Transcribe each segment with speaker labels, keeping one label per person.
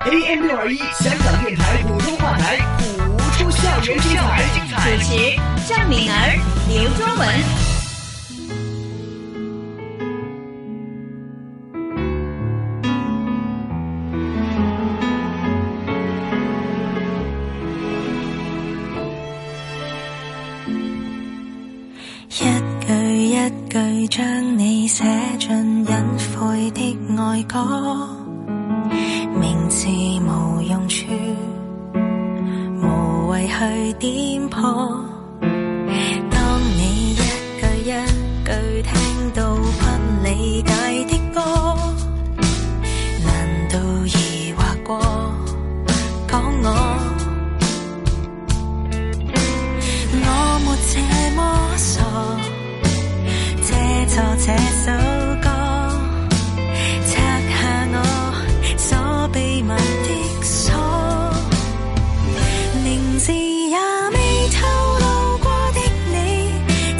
Speaker 1: AM 六二一香港电台普通话台，谱出校园精彩。
Speaker 2: 主持郑敏儿、刘卓文。
Speaker 3: 一句一句將你寫進隱晦的愛歌，明知無用處，無謂去點破。當你一句一句聽到不理解的歌，難道疑惑過講我？我沒這麼傻，借助這首歌，拆下我所秘密的鎖，名字也未透露過的你，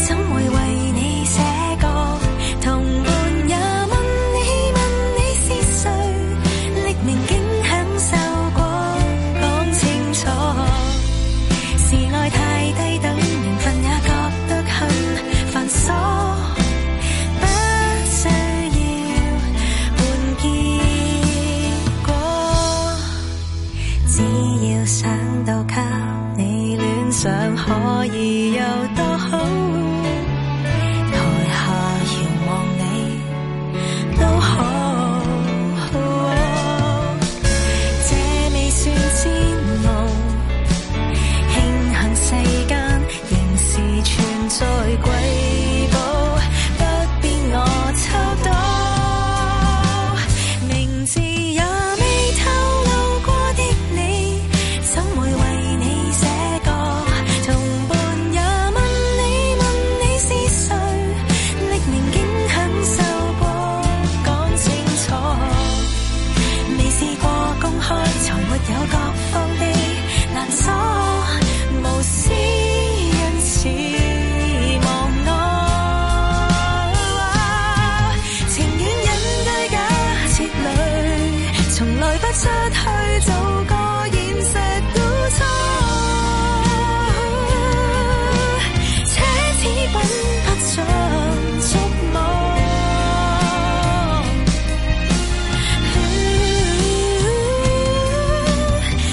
Speaker 3: 怎會為你寫歌？同伴也問你問你是誰，匿名竟享受過，講清楚。是愛太低等，緣分也覺得很繁瑣，不需要換結果，只要想到給你戀上可以有多好，台下遙望你都好，這未算煎熬。慶幸世間仍是存在瑰寶，不必我抽到。名字也未透露過的你，怎會為你寫歌？同伴也問你問你是誰，歷年竟享受過，講清楚。未試過公開，才沒有各方的難鎖。無私人士望我，情願隱居假設裏，從來不出去做個現實賭徒。奢侈品不想觸摸。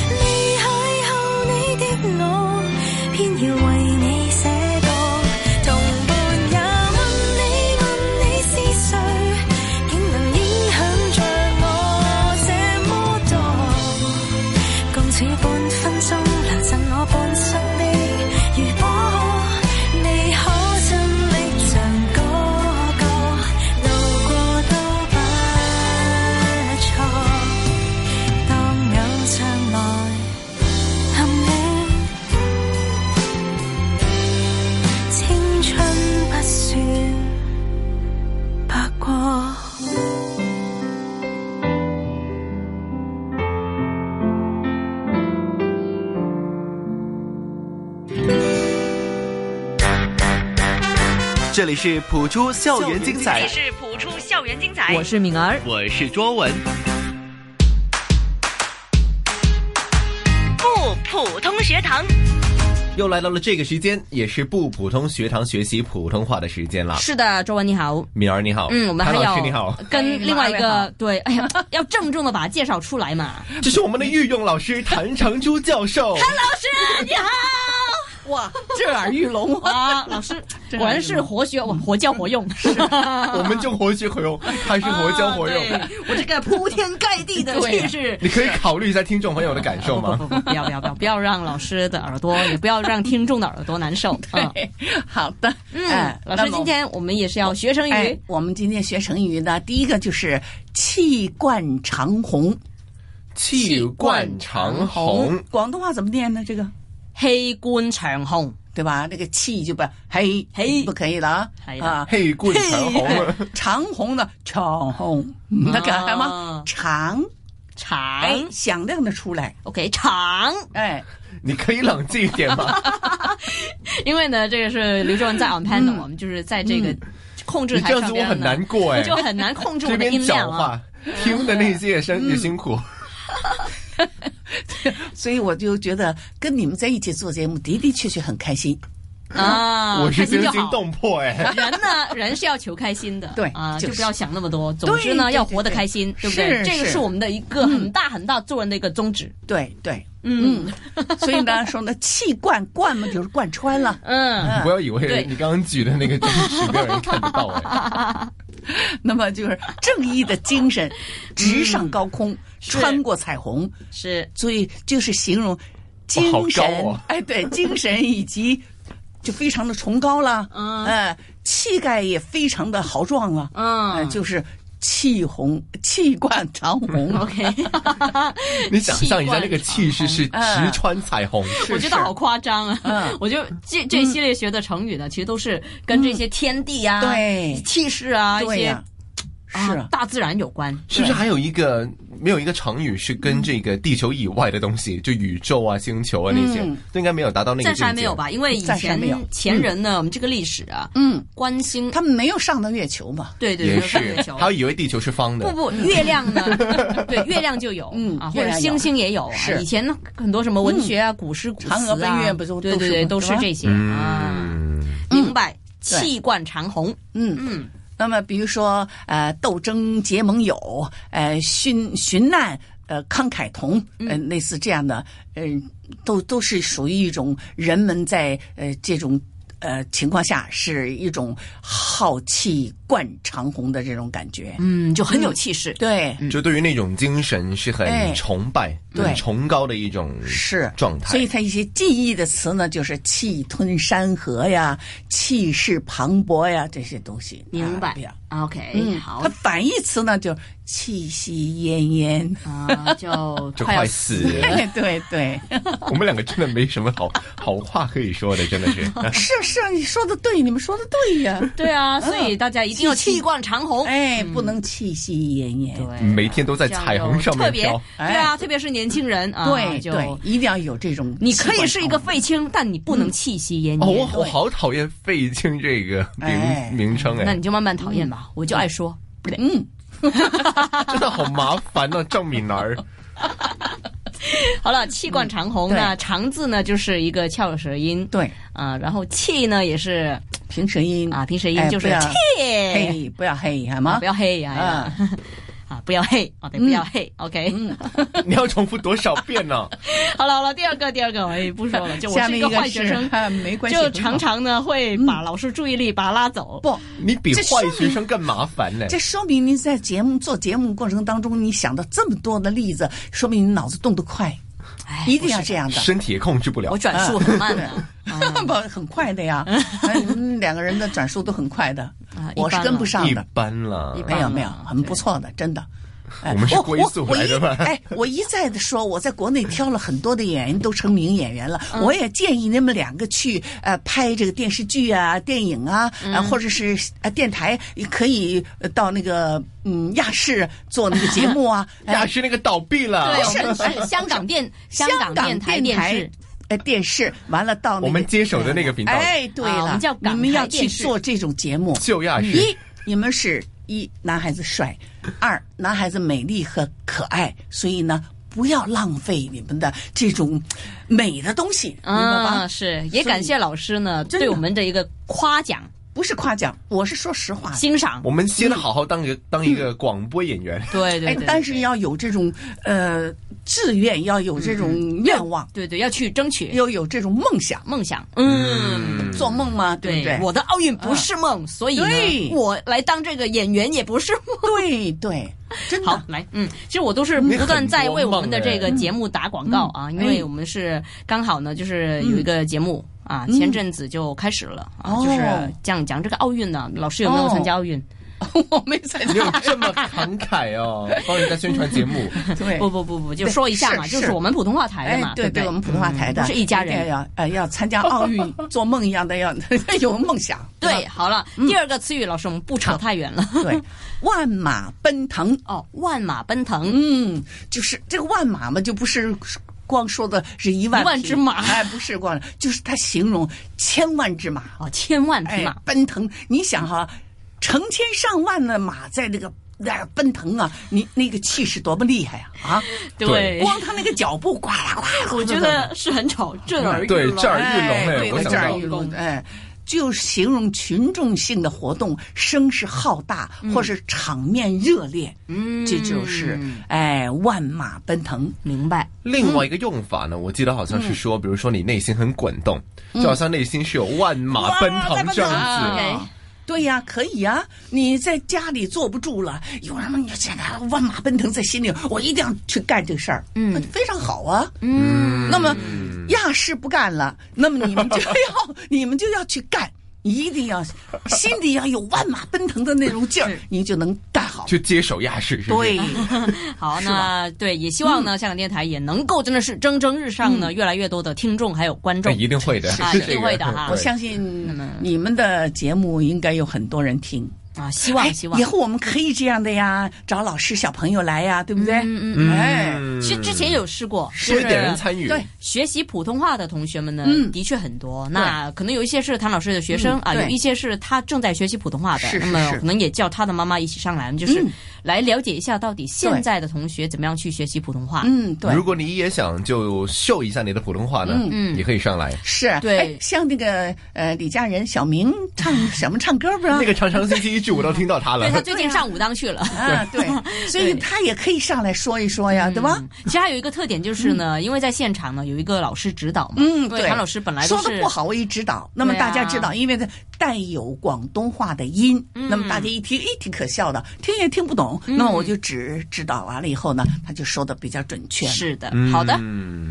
Speaker 3: 離開後你的我，偏要為你寫歌。同伴也問你問你是誰，竟能影響着我這麼多。共處半分鐘，拿贈我半生的餘波。你可盡力像嗰個路過都不錯。當偶像來暗戀，青春不算白過。
Speaker 4: 这里是普出校园精彩，
Speaker 5: 是谱出校园精彩
Speaker 2: 我是敏儿，
Speaker 4: 我是卓文。
Speaker 5: 不普通学堂。
Speaker 4: 又来到了这个时间，也是不普通学堂学习普通话的时间了。
Speaker 2: 是的，周文你好。
Speaker 4: 敏儿你好，
Speaker 2: 嗯，我们
Speaker 4: 潘
Speaker 2: 还
Speaker 4: 老
Speaker 2: 要
Speaker 4: 师你好，
Speaker 2: 跟另外一
Speaker 5: 哎马
Speaker 2: 个对， 哎呀，要郑重的把它介绍出来嘛。
Speaker 4: 这是我们的御用老师谭成珠教 授。
Speaker 2: 你好，哇，震耳欲聋 啊！老师果然是嗯活学，哇活教活 用。
Speaker 4: 我们就活学活用，他是活教活用。
Speaker 2: 啊 对我这个铺天盖地 的气势。
Speaker 4: 你可以考虑一下听众朋友的感受
Speaker 2: 不不
Speaker 4: 吗？
Speaker 2: 不不，不要不要不要，不要让老师的耳朵，也不要让听众的耳朵难 受。嗯
Speaker 6: 好的，
Speaker 2: 嗯
Speaker 6: 哎，
Speaker 2: 老
Speaker 6: 那
Speaker 2: 师，
Speaker 6: 么
Speaker 2: 今天我们也是要学成
Speaker 6: 哎
Speaker 2: 语，，
Speaker 6: 我们今天学成语呢，第一个就是气贯长虹。
Speaker 4: 气贯长虹，
Speaker 6: 广东话怎么念呢？这个
Speaker 2: 气贯长虹。
Speaker 6: 对吧？那个气就不嘿
Speaker 2: 嘿
Speaker 6: 不可以了啊
Speaker 2: 哎呀
Speaker 6: 啊！
Speaker 4: 嘿贯长虹。
Speaker 6: 嘿长虹呢？长虹，那个什
Speaker 2: 啊
Speaker 6: 么嗯长？
Speaker 2: 长
Speaker 6: 哎，响亮的出来，
Speaker 2: ，OK，长，
Speaker 6: 哎，
Speaker 4: 你可以冷静一点 吗？
Speaker 2: 因为呢，这个是刘卓文在 on
Speaker 6: 嗯
Speaker 2: panel，我们就是在这个控制
Speaker 4: 你
Speaker 2: 台
Speaker 4: 这样
Speaker 2: 上
Speaker 4: 子我
Speaker 2: 边
Speaker 4: 很
Speaker 2: 呢
Speaker 4: 难过哎
Speaker 2: 就。很难控制我
Speaker 4: 这
Speaker 2: 的
Speaker 4: 边
Speaker 2: 音
Speaker 4: 讲
Speaker 2: 量啊。
Speaker 4: 话，听的那些也生也辛苦。
Speaker 6: 所以我就觉得跟你们在一起做节目的的确确很开心。
Speaker 2: 啊，
Speaker 4: 我是
Speaker 2: 开心
Speaker 4: 惊
Speaker 2: 就
Speaker 4: 心
Speaker 2: 好。
Speaker 4: 动魄哎。
Speaker 2: 人呢，人是要求开心的，
Speaker 6: 对
Speaker 2: 啊，
Speaker 6: 就
Speaker 2: 就是不要想那么多。总之
Speaker 6: 对
Speaker 2: 呢，
Speaker 6: 对
Speaker 2: 要
Speaker 6: 对
Speaker 2: 活得
Speaker 6: 对
Speaker 2: 开心，对不
Speaker 6: 是
Speaker 2: 对？这个
Speaker 6: 是嗯
Speaker 2: 是我们的一个很大很大做人的一个宗旨。
Speaker 6: 对对，
Speaker 2: 嗯
Speaker 6: 所以呢说呢，气贯贯嘛，就是贯 穿了。
Speaker 2: 嗯，
Speaker 4: 你 不要以为
Speaker 2: 对
Speaker 4: 你刚刚举的那个真 实没有人看得到哎，
Speaker 6: 那么就是正义的精神，直上高空，
Speaker 2: 嗯
Speaker 6: 穿过彩虹，
Speaker 2: 是
Speaker 6: 所以就是形容
Speaker 4: 哇好
Speaker 6: 精神，
Speaker 4: 高
Speaker 2: 哦
Speaker 4: 啊
Speaker 6: 哎，对，精神以 及就非常的崇高了，
Speaker 2: 嗯
Speaker 6: 呃，气概也非常的豪壮了，
Speaker 2: 嗯
Speaker 6: 呃就是气红气贯长 虹。
Speaker 2: OK。
Speaker 4: 你想象一下那个气势是直穿彩虹，
Speaker 2: 嗯我觉得好夸张啊！
Speaker 6: 嗯
Speaker 2: 我就这这一系列学的成语呢，其实都是跟这些天地啊、
Speaker 6: 对
Speaker 2: 气势啊、一
Speaker 6: 对
Speaker 2: 些
Speaker 6: 呀、
Speaker 2: 啊
Speaker 6: 是啊，
Speaker 2: 大自然有关。
Speaker 4: 是不是还有一个没有一个成语是跟这个地球以外的东西，就宇宙啊、星球啊那些
Speaker 6: 嗯，
Speaker 4: 都应该没有达到那个
Speaker 2: 暂时还
Speaker 4: 境界
Speaker 2: 没有？吧，因为以
Speaker 6: 暂时还
Speaker 2: 前
Speaker 6: 没有
Speaker 2: 前人呢，我们这个历史啊，
Speaker 6: 嗯，
Speaker 2: 关心
Speaker 6: 他们没有上到月球嘛，
Speaker 2: 对对
Speaker 4: 也
Speaker 2: 对，
Speaker 4: 是
Speaker 2: 月，球
Speaker 4: 他以为地球是方的
Speaker 2: 不。不，月亮呢？ 对，月亮就有，
Speaker 6: 嗯
Speaker 2: 啊，或
Speaker 6: 月
Speaker 2: 者
Speaker 6: 亮有
Speaker 2: 星星也有啊。
Speaker 6: 是嗯
Speaker 2: 以前很多什么文学啊、古诗、古词啊，
Speaker 6: 嫦娥奔月不就
Speaker 2: 对
Speaker 6: 都
Speaker 2: 对
Speaker 6: 是
Speaker 2: 对，
Speaker 6: 吗
Speaker 2: 都是
Speaker 6: 对吧
Speaker 2: 这些啊。
Speaker 4: 嗯，
Speaker 2: 明白，
Speaker 6: 对
Speaker 2: 气贯长虹。
Speaker 6: 嗯
Speaker 2: 嗯，
Speaker 6: 那么比如说呃，斗争结盟友，呃，殉殉难。呃，慷慨同，呃，类似这样的，嗯、都都是属于一种人们在呃这种呃情况下是一种浩气贯长虹的这种感觉。
Speaker 2: 嗯，就很有气势。
Speaker 6: 对，
Speaker 2: 嗯
Speaker 4: 就对于那种精神是
Speaker 6: 哎
Speaker 4: 很崇拜、
Speaker 6: 对
Speaker 4: 很崇高的一种
Speaker 6: 是
Speaker 4: 状态。
Speaker 6: 所以它一些记忆的词呢，就是气吞山河呀，气势磅礴呀，这些东西。
Speaker 2: 明
Speaker 6: 啊
Speaker 2: 白
Speaker 6: 不要
Speaker 2: ，OK，
Speaker 6: 嗯，
Speaker 2: 好
Speaker 6: 它反义词呢，就气息奄奄。
Speaker 2: 啊， 就
Speaker 4: 就
Speaker 2: 要
Speaker 4: 快死了，
Speaker 6: 对对对，
Speaker 4: 我们两个真的没什么好 好话可以说的，真的是。
Speaker 6: 是是，你说的对，你们说的对呀。
Speaker 2: 对啊，所以大家一定要气贯长虹。
Speaker 6: 嗯哎，嗯不能气息奄奄。
Speaker 2: 嗯对，
Speaker 4: 每天都在彩虹上面
Speaker 2: 这样
Speaker 4: 飘哦
Speaker 2: 就特，别对啊，特别是年轻人啊，
Speaker 6: 哎对
Speaker 2: 就
Speaker 6: 对，一定要有这种。
Speaker 2: 你可以是一个，废青，但你不能气息奄
Speaker 4: 哦，我
Speaker 2: 奄。
Speaker 4: 我好讨厌“费青”这个名、
Speaker 6: 哎
Speaker 4: 名称
Speaker 2: 那
Speaker 4: 哎
Speaker 2: 你，就慢慢讨厌吧，我就爱说。
Speaker 6: 嗯，
Speaker 4: 真的好麻烦哦，赵敏儿。
Speaker 2: 好了，气贯长虹
Speaker 6: 对
Speaker 2: 那长字呢就是一个翘舌音，
Speaker 6: 对，
Speaker 2: 啊，然后气呢也是
Speaker 6: 平舌音
Speaker 2: 啊，平舌音
Speaker 6: 哎
Speaker 2: 就是
Speaker 6: 不要
Speaker 2: 气，
Speaker 6: 嘿，不要嘿，好
Speaker 2: 啊嗯
Speaker 6: 吗
Speaker 2: 不？要嘿呀 呀，啊，不要嘿，哦对，不要嘿，OK，
Speaker 4: 你要重复多少遍啊呢、
Speaker 2: 好了好了，第二个第二个，哎，不说了，就我
Speaker 6: 下
Speaker 2: 是
Speaker 6: 面
Speaker 2: 一
Speaker 6: 一
Speaker 2: 个坏学
Speaker 6: 是
Speaker 2: 生，
Speaker 6: 啊，没关系，
Speaker 2: 就
Speaker 6: 很好
Speaker 2: 常常呢会把老师注意力把他拉走。
Speaker 6: 不。
Speaker 4: 你比
Speaker 6: 这说
Speaker 4: 坏
Speaker 6: 明
Speaker 4: 学生更麻烦呢、
Speaker 6: 这说明您在节目做节目过程当中，你想到这么多的例子，说明你脑子动得快，
Speaker 2: 哎
Speaker 6: 一定要这样的。
Speaker 4: 身体也控制不了
Speaker 2: 我。转速很慢的
Speaker 6: 不很快的呀， 哎你们两个人的转速都很快的
Speaker 2: 啊，一
Speaker 6: 我是
Speaker 2: 般
Speaker 6: 跟
Speaker 2: 了
Speaker 6: 不上
Speaker 4: 一
Speaker 6: 的。
Speaker 4: 般啦
Speaker 2: 一，般
Speaker 6: 没有没有，
Speaker 2: 了
Speaker 6: 很不错的，真的。哎
Speaker 4: 我们是归宿
Speaker 6: 我我
Speaker 4: 来的
Speaker 6: 一
Speaker 4: 吧
Speaker 6: 哎，我一再的说，我在国内挑了很多的演员，都成名演员了。
Speaker 2: 嗯
Speaker 6: 我也建议你们两个去呃拍这个电视剧啊、电影啊，啊
Speaker 2: 嗯
Speaker 6: 或者是呃电台，也可以呃到那个嗯亚视做那个节目 啊。哎
Speaker 4: 亚视那个倒闭了
Speaker 2: 对，，我 们是哎香港电香
Speaker 6: 香
Speaker 2: 港电台
Speaker 6: 台
Speaker 2: 电视，
Speaker 6: 呃电视，完了到那个
Speaker 4: 我们接手的那个频道
Speaker 6: 哎，对
Speaker 2: 啊我
Speaker 6: 了
Speaker 2: 们叫，港
Speaker 6: 你们要
Speaker 2: 台电
Speaker 6: 去
Speaker 2: 视
Speaker 6: 做这种节目。
Speaker 4: 旧亚视。
Speaker 6: 一，你们是一男孩子帅，二男孩子美丽和可爱，所以呢，不要浪费你们的这种美的东西，明白
Speaker 2: 啊，
Speaker 6: 吧？
Speaker 2: 是也感谢老师呢
Speaker 6: 真
Speaker 2: 对
Speaker 6: 的
Speaker 2: 我们的一个夸奖
Speaker 6: 不是夸奖，我是说实话的。
Speaker 2: 欣赏
Speaker 4: 我。们先好好当一个当一个广播演员，
Speaker 2: 对对
Speaker 6: 哎
Speaker 2: 对，，
Speaker 6: 但是要有这种呃志愿，要有这种愿望，
Speaker 2: 对对要去争取
Speaker 6: 要有这种梦想，
Speaker 2: 梦想。嗯，
Speaker 6: 做梦嘛，对不对？嗯
Speaker 2: 我的奥运不是梦，所以
Speaker 6: 对
Speaker 2: 呢，我来当这个演员也不是梦。
Speaker 6: 对对，真
Speaker 2: 好
Speaker 6: 的，
Speaker 2: 来，嗯，其实我都是不断在为我们的这个节目打广告啊，
Speaker 6: 嗯
Speaker 2: 因为我们是刚好呢，就是有一个节目啊，前阵子就开始了啊，
Speaker 6: 哦
Speaker 2: 就是讲讲这个奥运呢，老师有没有参加奥运？
Speaker 6: 我没参
Speaker 4: 你有
Speaker 6: 加。
Speaker 4: 这么慷慨哦，帮人家宣传节目，
Speaker 6: 对
Speaker 2: 不，不不不，就说一下嘛，
Speaker 6: 是
Speaker 2: 就是
Speaker 6: 是
Speaker 2: 我们普通话台
Speaker 6: 哎
Speaker 2: 的嘛，，
Speaker 6: 对
Speaker 2: 不对嗯
Speaker 6: 我们普通话台的
Speaker 2: 不是一家人
Speaker 6: 定要呃要参加 奥运，做梦一样的要 有梦想。吧
Speaker 2: 对，好了，
Speaker 6: 嗯
Speaker 2: 第二个词语，老师我们不扯太远了。
Speaker 6: 对，万马奔腾，
Speaker 2: 哦，万马奔腾，
Speaker 6: 嗯，就是这个万马嘛，就不是光说的是一万
Speaker 2: 一万
Speaker 6: 匹
Speaker 2: 只马
Speaker 6: 哎，不是光，就是它形容千万只马，
Speaker 2: 哦，千万匹
Speaker 6: 哎
Speaker 2: 马，，
Speaker 6: 奔腾。你想哈、成千上万的马在那个那奔腾啊，你那个气势多么厉害 啊！啊，
Speaker 4: 对
Speaker 6: 光他那个脚步，呱啦呱啦，
Speaker 2: 我觉得是很吵，震耳欲
Speaker 7: 对
Speaker 2: 聋。
Speaker 7: 震耳欲聋
Speaker 6: 哎，
Speaker 7: 哎
Speaker 6: 对
Speaker 7: 我
Speaker 6: 了，
Speaker 7: 想
Speaker 6: 震耳
Speaker 7: 到
Speaker 6: 欲聋， 哎。就形容群众性的活动声势浩大，
Speaker 2: 嗯
Speaker 6: 或是场面热烈，嗯，这就是哎万马奔腾，
Speaker 8: 明白。
Speaker 4: 另外一个用法呢，我记得好像是说，比如说你内心很滚动，就好像内心是有万马奔腾这样子。
Speaker 2: 啊
Speaker 6: 对呀，可以呀、你在家里坐不住了，有什么你就想啊，万马奔腾在心里，我一定要去干这个事儿，嗯，那非常好啊，嗯。那么亚视不干了，那么你们就要你们就要去干，一定要心里要有万马奔腾的那种劲儿，你就能干好。
Speaker 4: 就接手亚视，是不是
Speaker 6: 对，
Speaker 2: 好，
Speaker 6: 是嗯
Speaker 2: 那对，也希望呢，香港电台也能够真的是蒸蒸日上呢，越来越多的听众还有观众
Speaker 4: 那哎一定会的，
Speaker 2: 啊，
Speaker 4: 这
Speaker 2: 一
Speaker 4: 个
Speaker 2: 定会的哈
Speaker 6: 我相信你们的节目应该有很多人听。
Speaker 2: 啊，希
Speaker 6: 哎
Speaker 2: 望希望
Speaker 6: 以。后我们可以这样的呀，找老师、小朋友来呀，对不对？嗯嗯哎，
Speaker 4: 嗯
Speaker 2: 其实之前有试过，
Speaker 4: 多一点人
Speaker 2: 就是
Speaker 4: 参与，
Speaker 6: 对
Speaker 2: 学习普通话的同学们呢，
Speaker 6: 嗯
Speaker 2: 的确很多。那可能有一些是谭老师的学生、
Speaker 6: 嗯
Speaker 2: 啊，
Speaker 6: 对
Speaker 2: 有一些是他正在学习普通话的，
Speaker 6: 是是
Speaker 2: 那么
Speaker 6: 是
Speaker 2: 可能也叫他的妈妈一起上来，我们就是
Speaker 6: 嗯
Speaker 2: 来了解一下到底现在的同学怎么样去学习普通话。
Speaker 6: 嗯，对
Speaker 4: 如。果你也想就秀一下你的普通话呢，也可以上来。
Speaker 6: 是，
Speaker 2: 对
Speaker 6: 哎像那个呃，李佳仁、小明唱什么唱歌不知道
Speaker 4: 那个常常星期一至五都听到他了
Speaker 2: 对，他最近上武当去了。
Speaker 6: 啊？对， 所以他也可以上来说一说
Speaker 2: 嗯
Speaker 6: 呀，对吧？
Speaker 2: 其实还有一个特点就是呢，因为在现场呢有一个老师指导嘛，
Speaker 6: 嗯，
Speaker 2: 对，
Speaker 6: 对，
Speaker 2: 谭老师本来都
Speaker 6: 说
Speaker 2: 是
Speaker 6: 的不好，我一指导，那么
Speaker 2: 对啊
Speaker 6: 大家知道，因为它带有广东话的音，
Speaker 2: 啊
Speaker 6: 那么大家一听，诶，挺可笑的，听也听不懂。
Speaker 2: 嗯
Speaker 6: 那么我就指指导完了以后呢，他就说的比较准确了。
Speaker 2: 是的，
Speaker 4: 嗯
Speaker 2: 好的，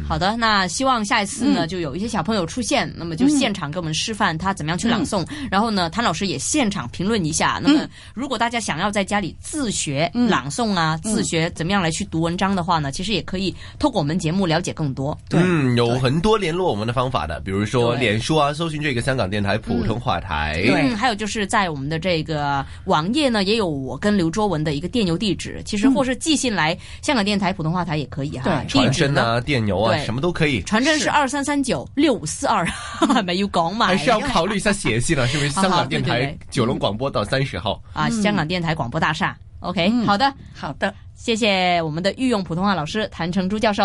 Speaker 2: 好的。那希望下一次呢，就有一些小朋友出现，那么就现场给我们示范他怎么样去朗诵，然后呢，谭老师也现场评论一下。那么，如果大家想要在家里自学朗诵啊，自学怎么样来去读文章的话呢，其实也可以透过我们节目了解更多。
Speaker 4: 嗯，有很多联络我们的方法的，比如说
Speaker 2: 对
Speaker 4: 脸书啊，搜寻这个香港电台普通话台。
Speaker 6: 对
Speaker 2: 嗯，还有就是在我们的这个网页呢，也有我跟刘卓文的一个电邮地址，其实或是寄信来香港电台普通话台也可以哈。
Speaker 6: 对
Speaker 2: 地
Speaker 4: 传
Speaker 2: 址
Speaker 4: 真
Speaker 2: 呢，
Speaker 4: 啊、电邮啊，
Speaker 2: 对
Speaker 4: 什么都可以。
Speaker 2: 传真是二三三九六五四二， 咪要讲埋
Speaker 4: 还是要考虑一下写信啊了，是不 是？
Speaker 2: 哎啊好
Speaker 4: 香港电
Speaker 2: 对对
Speaker 4: 台
Speaker 2: 对
Speaker 4: 九龙广播到三十号。
Speaker 2: 啊，香港电台广播大厦。OK，好的，
Speaker 6: 好的。
Speaker 2: 谢谢我们的御用普通话老师谭成珠教授。